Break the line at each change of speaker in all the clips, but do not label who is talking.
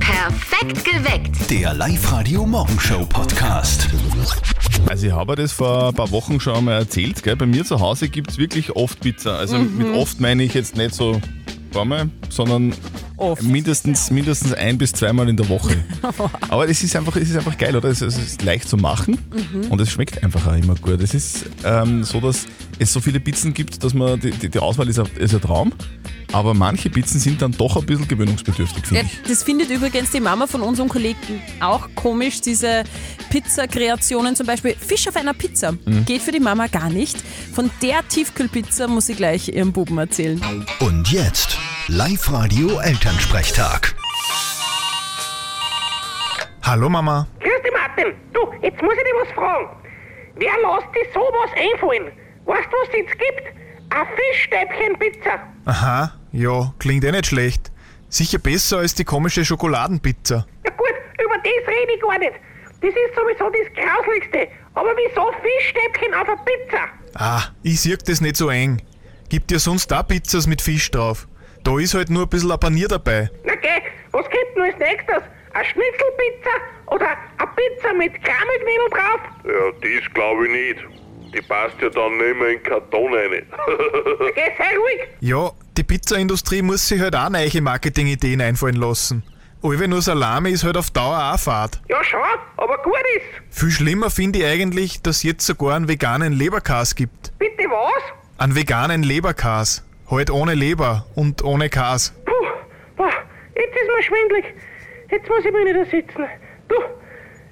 Perfekt geweckt.
Der Live-Radio-Morgenshow-Podcast.
Also ich habe das vor ein paar Wochen schon einmal erzählt. Gell? Bei mir zu Hause gibt es wirklich oft Pizza. Also mit
Mhm.
oft meine ich jetzt nicht so einmal, sondern
Oft.
mindestens, mindestens ein bis zweimal in der Woche. Aber es ist einfach, es ist einfach geil, oder? Es, es ist leicht zu machen
Mhm.
und es schmeckt einfach auch immer gut. Es ist ähm, so, dass es so viele Pizzen gibt, dass man die, die, die Auswahl ist ein, ist ein Traum. Aber manche Pizzen sind dann doch ein bisschen gewöhnungsbedürftig, finde
Ja,
ich.
das findet übrigens die Mama von unserem Kollegen auch komisch, diese Pizza-Kreationen, zum Beispiel Fisch auf einer Pizza. Geht für die Mama gar nicht. Von der Tiefkühlpizza muss sie gleich ihrem Buben erzählen.
Und jetzt Live-Radio-Elternsprechtag.
Hallo Mama.
Grüß dich, Martin. Du, jetzt muss ich dich was fragen. Wer lässt dir sowas einfallen? Weißt du, was es jetzt gibt? Eine Fischstäbchenpizza.
Aha, ja, klingt eh nicht schlecht. Sicher besser als die komische Schokoladenpizza.
Ja gut, über das rede ich gar nicht. Das ist sowieso das Grauslichste. Aber wieso Fischstäbchen auf einer Pizza?
Ah, ich sieg das nicht so eng. Gibt ja sonst da Pizzas mit Fisch drauf. Da ist halt nur ein bisschen ein Panier dabei.
Na geh, was gibt denn als nächstes? Eine Schnitzelpizza oder eine Pizza mit Kramiknebel drauf?
Ja, das glaube ich nicht. Die passt ja dann nicht mehr in den Karton rein.
Na geh, sei ruhig.
Ja, die Pizzaindustrie muss sich halt auch neue Marketingideen einfallen lassen. Alwe nur Salami ist halt auf Dauer auch Fahrt.
Ja schon, aber gut ist.
Viel schlimmer finde ich eigentlich, dass jetzt sogar einen veganen Leberkäse gibt.
Bitte was?
Einen veganen Leberkäse. Halt ohne Leber und ohne Käse.
Puh, boah, jetzt ist mir schwindlig. Jetzt muss ich mich wieder sitzen. Du,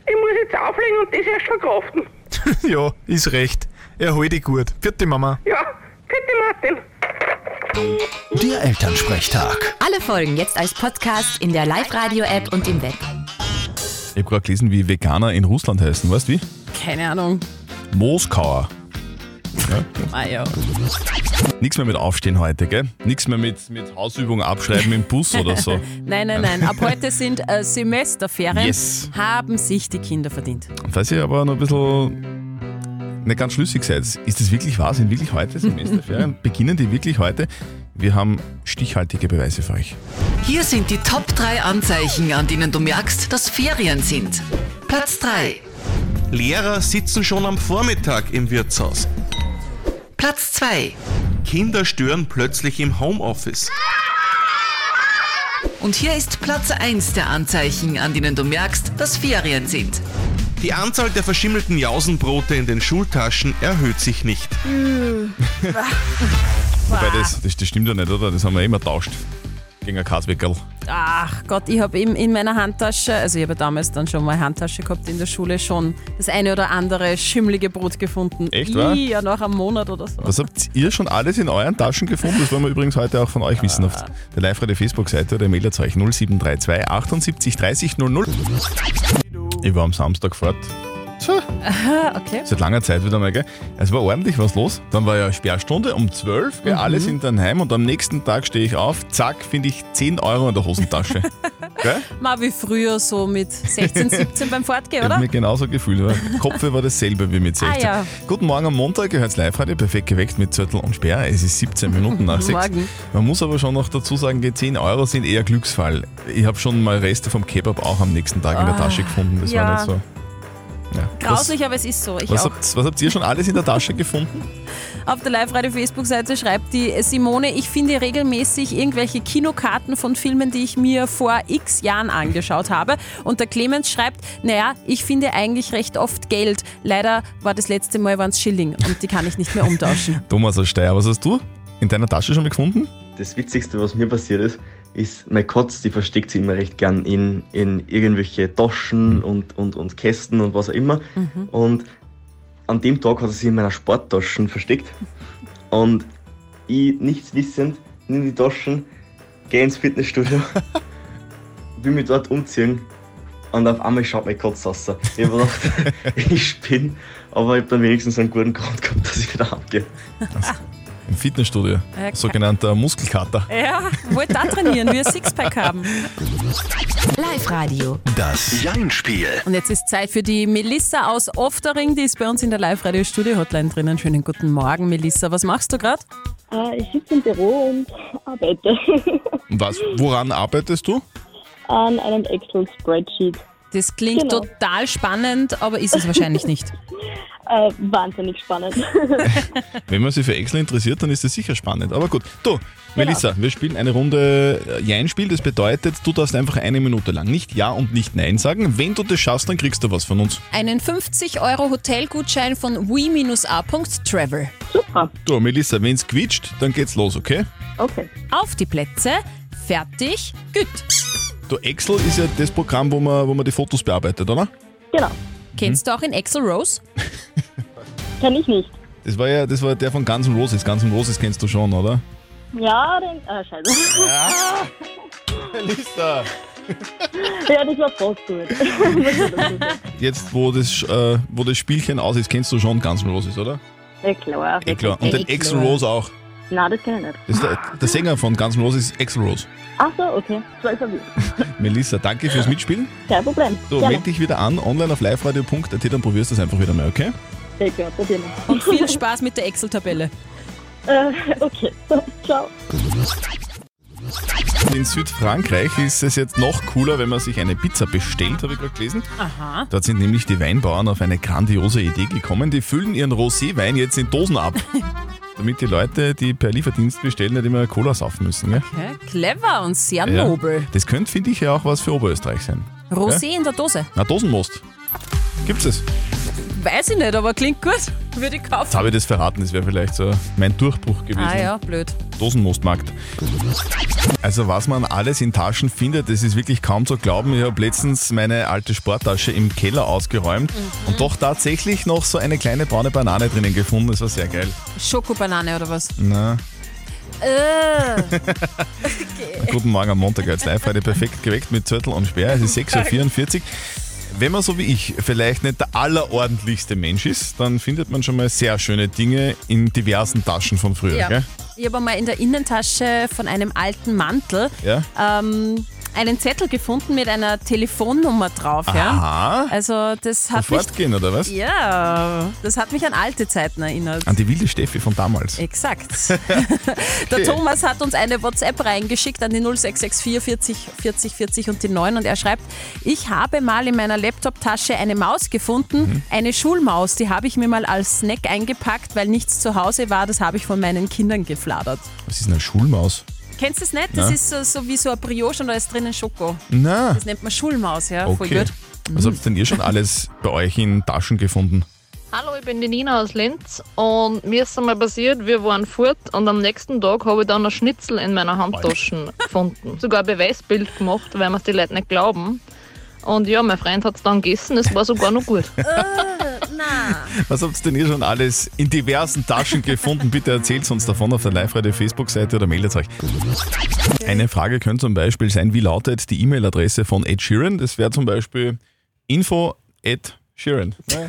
ich muss jetzt auflegen und das erst verkraften.
ja, ist recht. Erhol dich gut. Vierte Mama.
Ja, bitte Martin.
Der Elternsprechtag.
Alle Folgen jetzt als Podcast in der Live-Radio-App und im Web.
Ich habe gerade gelesen, wie Veganer in Russland heißen. Weißt du wie?
Keine Ahnung.
Moskauer.
Ah ja.
Nichts mehr mit Aufstehen heute, gell? Nichts mehr mit, mit Hausübung abschreiben im Bus oder so.
Nein, nein, nein. Ab heute sind äh, Semesterferien.
Yes.
Haben sich die Kinder verdient.
Falls ihr aber noch ein bisschen nicht ganz schlüssig seid, ist das wirklich wahr? Sind wirklich heute Semesterferien? Beginnen die wirklich heute? Wir haben stichhaltige Beweise für euch.
Hier sind die Top 3 Anzeichen, an denen du merkst, dass Ferien sind. Platz 3,
Lehrer sitzen schon am Vormittag im Wirtshaus.
Platz 2
Kinder stören plötzlich im Homeoffice.
und hier ist Platz 1 der Anzeichen, an denen du merkst, dass Ferien sind.
Die Anzahl der verschimmelten Jausenbrote in den Schultaschen erhöht sich nicht.
Wobei das, das, das stimmt ja nicht, oder? Das haben wir immer tauscht. Gegen ein Kaswickerl.
Ach Gott, ich habe in, in meiner Handtasche, also ich habe damals dann schon mal Handtasche gehabt in der Schule, schon das eine oder andere schimmelige Brot gefunden.
Echt, wahr?
Ja, nach einem Monat oder so.
Was habt ihr schon alles in euren Taschen gefunden? Das wollen wir übrigens heute auch von euch wissen auf der Live-Radio-Facebook-Seite oder mailt euch 0732 78 30 00. Ich war am Samstag fort.
Okay.
Seit langer Zeit wieder mal, gell? Es war ordentlich was los. Dann war ja Sperrstunde um 12, gell? Alle sind dann heim und am nächsten Tag stehe ich auf, zack, finde ich 10 Euro in der Hosentasche. gell?
Mal wie früher, so mit 16, 17 beim Fortgehen,
Ich habe
oder?
mich genauso gefühlt. Aber Kopf war dasselbe wie mit 16.
Ah, ja.
Guten Morgen am Montag, ihr hört live heute, perfekt geweckt mit Zettel und Sperr. Es ist 17 Minuten nach 6.
Morgen.
Man muss aber schon noch dazu sagen, die 10 Euro sind eher Glücksfall. Ich habe schon mal Reste vom Kebab auch am nächsten Tag in der Tasche gefunden. Das
Ah, ja.
war nicht so. Ja.
Grauslich, aber es ist so. Ich
Was, was,
auch.
habt, was habt ihr schon alles in der Tasche gefunden?
Auf der Live-Radio-Facebook-Seite schreibt die Simone, ich finde regelmäßig irgendwelche Kinokarten von Filmen, die ich mir vor x Jahren angeschaut habe. Und der Clemens schreibt, naja, ich finde eigentlich recht oft Geld. Leider war das letzte Mal waren's Schilling und die kann ich nicht mehr umtauschen.
Thomas aus Steyr, was hast du in deiner Tasche schon mal gefunden?
das Witzigste, was mir passiert ist, ist, meine Katz, die versteckt sich immer recht gern in, in irgendwelche Taschen
Mhm.
und, und, und Kästen und was auch immer. Und an dem Tag hat sie sich in meiner Sporttaschen versteckt. Und ich, nichts wissend, nimm die Taschen, geh ins Fitnessstudio, will mich dort umziehen. Und auf einmal schaut mein Katz raus. Ich hab mir gedacht, ich spinne, aber ich habe dann wenigstens einen guten Grund gehabt, dass ich wieder abgehe.
Im Fitnessstudio.
Ja, Äh, ke- Äh.
Sogenannter Muskelkater.
Ja, wollte da trainieren, wir Sixpack haben.
Live-Radio.
Das Jein-Spiel.
Und jetzt ist Zeit für die Melissa aus Oftering, die ist bei uns in der Live-Radio-Studio-Hotline drinnen. Schönen guten Morgen, Melissa. Was machst du gerade?
Äh,
ich sitze im Büro und arbeite.
Und was, woran arbeitest du?
an einem Excel-Spreadsheet.
Das klingt
Genau.
total spannend, aber ist es wahrscheinlich nicht.
Äh, wahnsinnig spannend.
Wenn man sich für Excel interessiert, dann ist das sicher spannend. Aber gut, du, Melissa, wir spielen eine Runde äh, Jein-Spiel. Das bedeutet, du darfst einfach eine Minute lang nicht Ja und nicht Nein sagen. Wenn du das schaffst, dann kriegst du was von uns.
Einen 50 Euro Hotelgutschein von we-a.travel.
Du, Melissa, wenn's quietscht, dann geht's los, okay?
Okay.
Auf die Plätze, fertig, gut.
Du, Excel ist ja das Programm, wo man, wo man die Fotos bearbeitet, oder?
Genau.
Kennst du auch in Excel Rose?
Kenn ich nicht.
Das war ja das war der von Guns N' Roses. Guns N' Roses kennst du schon, oder?
Ja, den. Äh, scheiße.
Ja, Melissa!
ja das war fast gut.
Jetzt, wo das, äh, wo das Spielchen aus ist, kennst du schon Guns N' Roses, oder?
ja, klar.
Eh klar. Und den
Eh
Axel
klar.
Rose auch.
Nein, das kenn ich nicht.
Das ist der, der Sänger von Guns N' Roses ist Axel Rose.
Ach so, okay. Zwei verwirrt.
Melissa, danke fürs Mitspielen.
Kein Problem.
Du,
Gerne.
meld dich wieder an, online auf liveradio.at, dann probierst du es einfach wieder mal, okay?
Eh klar, probieren
Und viel Spaß mit der
wir.
Excel-Tabelle.
Äh, okay. Ciao.
In Südfrankreich ist es jetzt noch cooler, wenn man sich eine Pizza bestellt, habe ich gerade gelesen.
Aha.
Dort sind nämlich die Weinbauern auf eine grandiose Idee gekommen. Die füllen ihren Roséwein jetzt in Dosen ab. damit die Leute, die per Lieferdienst bestellen, nicht immer Cola saufen müssen. Gell?
Okay. Clever und sehr
Ja.
nobel.
Das könnte, finde ich, ja auch was für Oberösterreich sein.
Rosé
Gell?
in der Dose.
Na, Dosenmost. Gibt's es?
Weiß ich nicht, aber klingt gut. Würde ich
Jetzt
kaufen.
habe ich das verraten, das wäre vielleicht so mein Durchbruch gewesen.
Ah ja, blöd.
Dosenmostmarkt. Also was man alles in Taschen findet, das ist wirklich kaum zu glauben. Ich habe letztens meine alte Sporttasche im Keller ausgeräumt und doch tatsächlich noch so eine kleine braune Banane drinnen gefunden. Das war sehr geil.
Schokobanane oder was?
Na,
Äh.
guten Morgen am Montag als live heute perfekt geweckt mit Zettel und Sperr. Es ist 6.44 Uhr. Wenn man so wie ich vielleicht nicht der allerordentlichste Mensch ist, dann findet man schon mal sehr schöne Dinge in diversen Taschen von früher.
Ja.
Gell?
Ich habe mal in der Innentasche von einem alten Mantel
Ja.
ähm, einen Zettel gefunden mit einer Telefonnummer drauf. Ja?
Aha.
Also das hat mich.
Fortgehen, oder was?
Ja, das hat mich an alte Zeiten erinnert.
An die wilde Steffi von damals.
Exakt. Der Thomas hat uns eine WhatsApp reingeschickt an die 0664 40 40 40 und die 9 und er schreibt, ich habe mal in meiner Laptop-Tasche eine Maus gefunden,
Mhm.
eine Schulmaus, die habe ich mir mal als Snack eingepackt, weil nichts zu Hause war, das habe ich von meinen Kindern gefladert.
Was ist denn eine Schulmaus?
Kennst du das nicht? Das
Nein.
ist so, so wie so ein Brioche und da ist drinnen Schoko.
Na.
Das nennt man Schulmaus, ja, voll
Okay.
gut.
Was habt denn ihr schon alles bei euch in Taschen gefunden?
Hallo, ich bin die Nina aus Linz und mir ist einmal passiert, wir waren fort und am nächsten Tag habe ich dann ein Schnitzel in meiner Handtasche gefunden. Sogar ein Beweisbild gemacht, weil mir die Leute nicht glauben. Und ja, mein Freund hat es dann gegessen, es war sogar noch gut.
Was habt denn ihr schon alles in diversen Taschen gefunden? Bitte erzählt uns davon auf der Live-Radio-Facebook-Seite oder meldet euch. Eine Frage könnte zum Beispiel sein, wie lautet die E-Mail-Adresse von Ed Sheeran? Das wäre zum Beispiel info at Sheeran. Ah,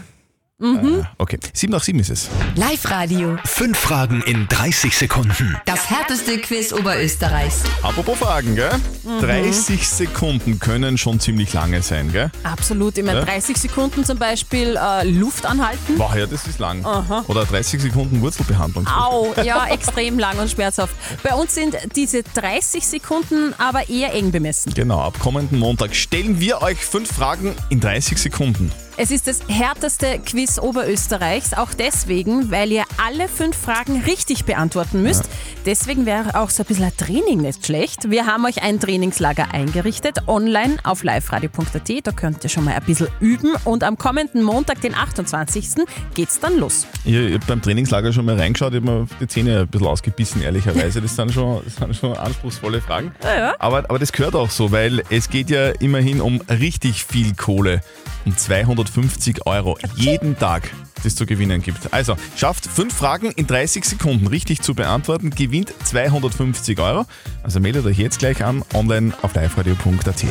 Mhm.
Okay, 7 nach 7 ist es.
Live-Radio.
Fünf Fragen in 30 Sekunden.
Das härteste Quiz Oberösterreichs.
Apropos Fragen, gell?
Mhm.
30 Sekunden können schon ziemlich lange sein, gell?
Absolut, ich meine
Ja.
30 Sekunden zum Beispiel äh, Luft anhalten.
Wow, ja, das ist lang.
Aha.
Oder 30 Sekunden Wurzelbehandlung.
Au, ja, extrem lang und schmerzhaft. Bei uns sind diese 30 Sekunden aber eher eng bemessen.
Genau, ab kommenden Montag stellen wir euch fünf Fragen in 30 Sekunden.
Es ist das härteste Quiz Oberösterreichs, auch deswegen, weil ihr alle fünf Fragen richtig beantworten müsst. Deswegen wäre auch so ein bisschen ein Training nicht schlecht. Wir haben euch ein Trainingslager eingerichtet, online auf liveradio.at. Da könnt ihr schon mal ein bisschen üben. Und am kommenden Montag, den 28. geht's dann los.
Ich habe beim Trainingslager schon mal reingeschaut, ich habe mir die Zähne ein bisschen ausgebissen, ehrlicherweise. Das sind schon, das sind schon anspruchsvolle Fragen. Aber, aber das gehört auch so, weil es geht ja immerhin um richtig viel Kohle. Um 250 Euro jeden Tag, die es zu gewinnen gibt. Also, schafft fünf Fragen in 30 Sekunden richtig zu beantworten, gewinnt 250 Euro. Also meldet euch jetzt gleich an, online auf liveradio.at.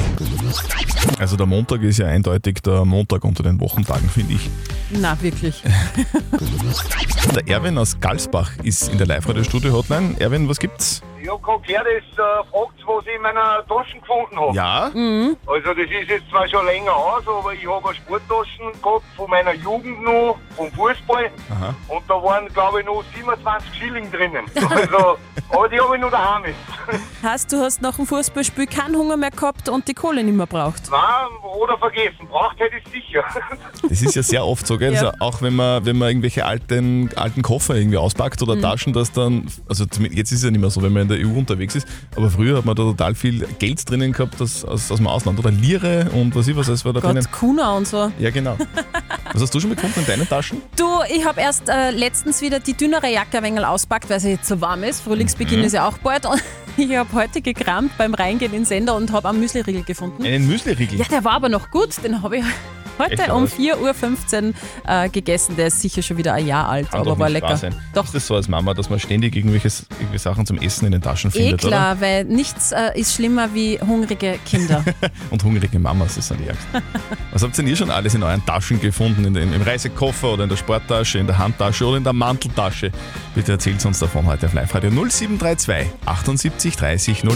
Also der Montag ist ja eindeutig der Montag unter den Wochentagen, finde ich.
Na, wirklich.
Der Erwin aus Galsbach ist in der Live-Radio-Studio-Hotline. Erwin, was gibt's?
Ich habe gerade gehört, es äh, fragt, was ich in meiner Tasche gefunden habe.
Ja.
Mhm.
Also das ist jetzt zwar schon länger aus, aber ich habe eine Sporttaschen gehabt von meiner Jugend noch, vom Fußball.
Aha.
Und da waren glaube ich noch 27 Schilling drinnen. Also, aber die habe ich noch daheim jetzt.
Hast du hast nach dem Fußballspiel keinen Hunger mehr gehabt und die Kohle nicht mehr braucht.
Nein, oder vergessen. Braucht hätte ich sicher.
Das ist ja sehr oft so, gell?
Ja.
Also auch wenn man, wenn man irgendwelche alten, alten Koffer irgendwie auspackt oder
Mhm.
Taschen, dass dann, also zum- jetzt ist es ja nicht mehr so, wenn man in der EU unterwegs ist, aber früher hat man da total viel Geld drinnen gehabt das, aus, aus dem Ausland oder Lire und was ich was, alles war da drinnen.
Gott, Kuna und so.
Ja, genau. Was hast du schon bekommen in deinen Taschen?
Du, ich habe erst äh, letztens wieder die dünnere Jacke ein wenig auspackt, weil es ja jetzt so warm ist. Frühlingsbeginn
Mhm.
ist ja auch bald. Und ich habe heute gekramt beim Reingehen in den Sender und habe einen Müsliriegel gefunden.
Einen Müsliriegel?
Ja, der war aber noch gut. Den habe ich
Echt,
heute um
oder?
4.15 Uhr äh, gegessen. Der ist sicher schon wieder ein Jahr alt,
Kann
aber
doch
war
nicht
lecker.
wahr Sein. Doch. Ist das so als Mama, dass man ständig irgendwelche, irgendwelche Sachen zum Essen in den Taschen
Eh
findet,
klar, weil nichts äh, ist schlimmer wie hungrige Kinder.
oder? Und hungrige Mamas, das sind die Ärgsten. Was habt denn ihr schon alles in euren Taschen gefunden? In, den- Im Reisekoffer oder in der Sporttasche, in der Handtasche oder in der Manteltasche? Bitte erzählt uns davon heute auf Live-Radio 0732 78 30 00.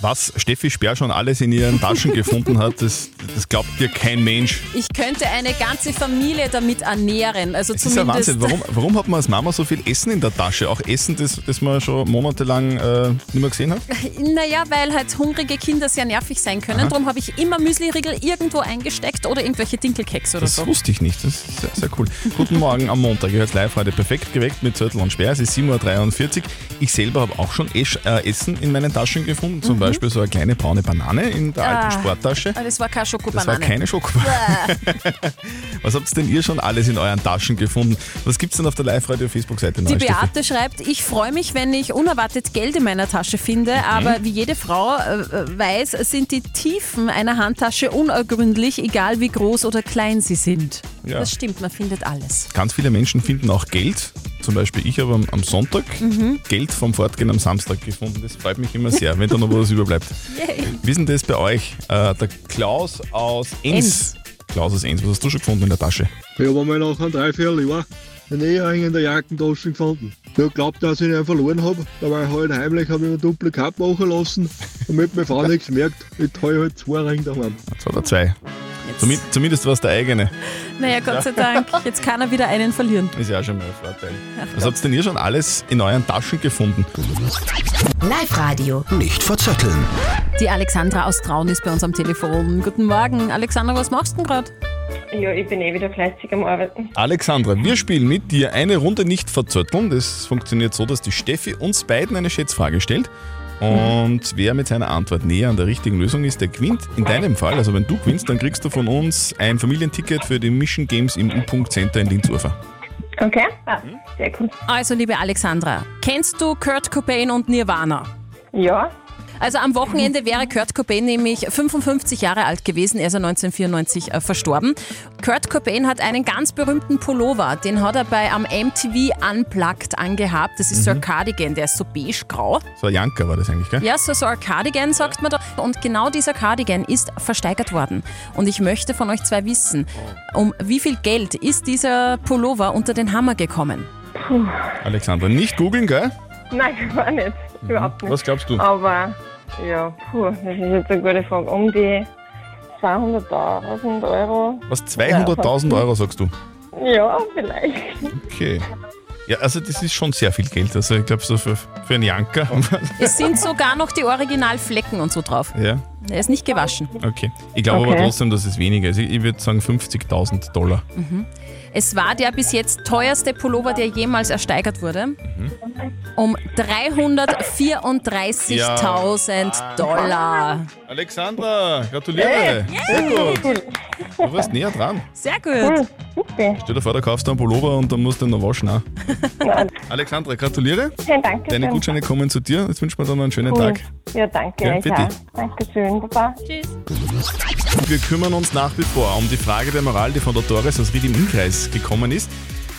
Was Steffi Speer schon alles in ihren Taschen gefunden hat, das, das glaubt dir kein Mensch.
Ich könnte eine ganze Familie damit ernähren. Also
Das ist ja
zumindest.
Wahnsinn. Warum, warum hat man als Mama so viel Essen in der Tasche? Auch Essen, das, das man schon monatelang äh, nicht mehr gesehen hat?
Naja, weil halt hungrige Kinder sehr nervig sein können.
Aha.
Darum habe ich immer Müsliriegel irgendwo eingesteckt oder irgendwelche Dinkelkeks oder
Das
so.
wusste ich nicht. Das ist sehr, sehr cool. Guten Morgen am Montag. Ihr hört live heute perfekt geweckt mit Zürtel und Speer. Es ist 7.43 Uhr. Ich selber habe auch schon Esch, äh, Essen in meinen Taschen gefunden. Zum
Mhm.
Beispiel so eine kleine braune Banane in der
Ah.
alten Sporttasche.
Aber Das war keine
Das
Schokobanane.
war keine Schokobanane.
Ah.
Was habt denn ihr schon alles in euren Taschen gefunden? Was gibt's denn auf der Live-Radio-Facebook-Seite
Die
Neues, Steffi?
Beate schreibt, ich freue mich, wenn ich unerwartet Geld in meiner Tasche finde,
Mhm.
aber wie jede Frau äh, weiß, sind die Tiefen einer Handtasche unergründlich, egal wie groß oder klein sie sind.
Ja.
Das stimmt, man findet alles.
Ganz viele Menschen finden auch Geld. Zum Beispiel ich habe am, am Sonntag
Mhm.
Geld vom Fortgehen am Samstag gefunden. Das freut mich immer sehr, wenn da noch was überbleibt.
Yay.
Wie ist denn das bei euch? Äh, der Klaus aus
Enns.
Enns. Klaus aus Enns, was hast du schon gefunden in der Tasche?
Ich habe einmal nach einem Dreivierteljahr einen Ehering in der Jackentasche gefunden. Ich habe geglaubt, dass ich ihn verloren habe. Dabei habe ich ihn heimlich hab ich mir ein Duplikat machen lassen, damit meine Frau nichts merkt. Jetzt habe ich halt zwei Ringe daheim.
Zwei oder zwei? Zumindest, zumindest war es der eigene.
Naja, Gott
Ja.
sei Dank, jetzt kann er wieder einen verlieren.
Ist ja auch schon mal ein Vorteil.
Ach
Was habt denn ihr schon alles in euren Taschen gefunden?
Live-Radio.
Nicht verzetteln.
Die Alexandra aus Traun ist bei uns am Telefon. Guten Morgen, Alexandra, was machst du denn gerade?
Ja, ich bin eh wieder fleißig am Arbeiten.
Alexandra, wir spielen mit dir eine Runde nicht verzötteln. Das funktioniert so, dass die Steffi uns beiden eine Schätzfrage stellt. Und wer mit seiner Antwort näher an der richtigen Lösung ist, der gewinnt. In deinem Fall, also wenn du gewinnst, dann kriegst du von uns ein Familienticket für die Mission Games im U-Punkt Center in Linz-Urfer.
Okay, passt. Ah,
Mhm.
Sehr gut.
Also, liebe Alexandra, kennst du Kurt Cobain und Nirvana?
Ja.
Also am Wochenende wäre Kurt Cobain nämlich 55 Jahre alt gewesen. Er ist ja 1994 äh, verstorben. Kurt Cobain hat einen ganz berühmten Pullover. Den hat er bei am MTV Unplugged angehabt. Das ist so ein
Mhm.
Cardigan, der ist so beige-grau.
So ein Janker war das eigentlich, gell?
Ja, so, so ein Cardigan sagt man da. Und genau dieser Cardigan ist versteigert worden. Und ich möchte von euch zwei wissen, um wie viel Geld ist dieser Pullover unter den Hammer gekommen?
Puh.
Alexandra, nicht googeln, gell?
Nein, war nicht. Überhaupt nicht.
Mhm. Was glaubst
Ah.
du?
Aber ja, puh, das ist jetzt eine gute Frage. Um die 200.000 Euro.
Was, 200.000 Euro sagst du?
Ja, vielleicht.
Okay. Ja, also das ist schon sehr viel Geld. Also ich glaube, so für, für einen Janker.
Es sind sogar noch die Originalflecken und so drauf.
ja,
Er ist nicht gewaschen.
okay. Ich glaube aber
Okay.
trotzdem, dass es weniger ist. Ich, ich würde sagen 50.000 Dollar.
Mhm. Es war der bis jetzt teuerste Pullover, der jemals ersteigert wurde.
Mhm.
Um 334.000 Dollar.
Alexandra, gratuliere!
Hey,
Sehr
yay.
gut! Du warst näher dran.
Sehr gut.
Stell dir vor, da kaufst du einen Pullover und dann musst du ihn noch waschen. Auch. Alexandra, gratuliere!
Vielen Dank.
Deine Gutscheine kommen zu dir. Jetzt wünschen wir dir noch einen schönen
Cool.
Tag.
Ja, danke.
Ja,
euch
bitte.
auch. Dankeschön. Baba. Tschüss.
Wir kümmern uns nach wie vor um die Frage der Moral, die von der Doris aus Ried im Innkreis gekommen ist.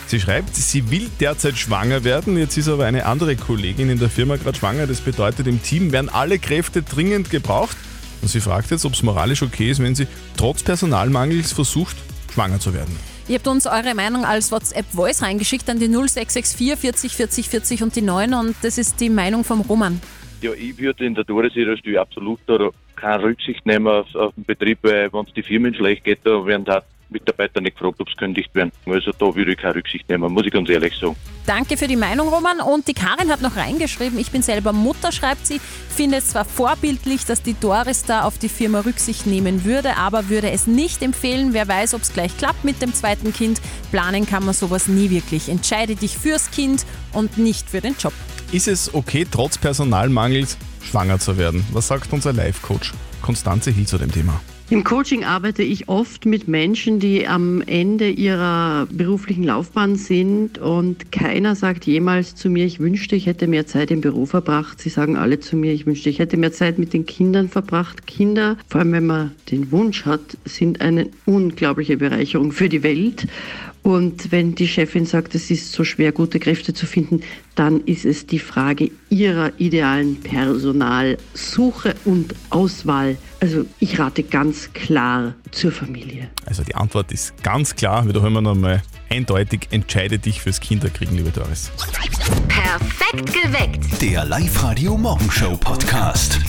Sie schreibt, sie will derzeit schwanger werden, jetzt ist aber eine andere Kollegin in der Firma gerade schwanger. Das bedeutet, im Team werden alle Kräfte dringend gebraucht. Und sie fragt jetzt, ob es moralisch okay ist, wenn sie trotz Personalmangels versucht, schwanger zu werden.
Ihr habt uns eure Meinung als WhatsApp-Voice reingeschickt an die 0664 40 40 40 und die 9 und das ist die Meinung vom Roman.
Ja, ich würde in der Tourisindustrie absolut da keine Rücksicht nehmen auf, auf den Betrieb, weil wenn es die Firmen schlecht geht, da werden da Mitarbeiter nicht gefragt, ob sie kündigt werden. Also da würde ich keine Rücksicht nehmen, muss ich ganz ehrlich sagen.
Danke für die Meinung, Roman. Und die Karin hat noch reingeschrieben, ich bin selber Mutter, schreibt sie, finde es zwar vorbildlich, dass die Doris da auf die Firma Rücksicht nehmen würde, aber würde es nicht empfehlen. Wer weiß, ob es gleich klappt mit dem zweiten Kind. Planen kann man sowas nie wirklich. Entscheide dich fürs Kind und nicht für den Job.
Ist es okay, trotz Personalmangels schwanger zu werden? Was sagt unser Life-Coach Konstanze Hill zu dem Thema?
Im Coaching arbeite ich oft mit Menschen, die am Ende ihrer beruflichen Laufbahn sind und keiner sagt jemals zu mir, ich wünschte, ich hätte mehr Zeit im Büro verbracht. Sie sagen alle zu mir, ich wünschte, ich hätte mehr Zeit mit den Kindern verbracht. Kinder, vor allem wenn man den Wunsch hat, sind eine unglaubliche Bereicherung für die Welt. Und wenn die Chefin sagt, es ist so schwer, gute Kräfte zu finden, dann ist es die Frage ihrer idealen Personalsuche und Auswahl. Also ich rate ganz klar zur Familie.
Also die Antwort ist ganz klar, wiederholen wir nochmal eindeutig, entscheide dich fürs Kinderkriegen, liebe Doris.
Perfekt geweckt.
Der Live-Radio Morgenshow Podcast.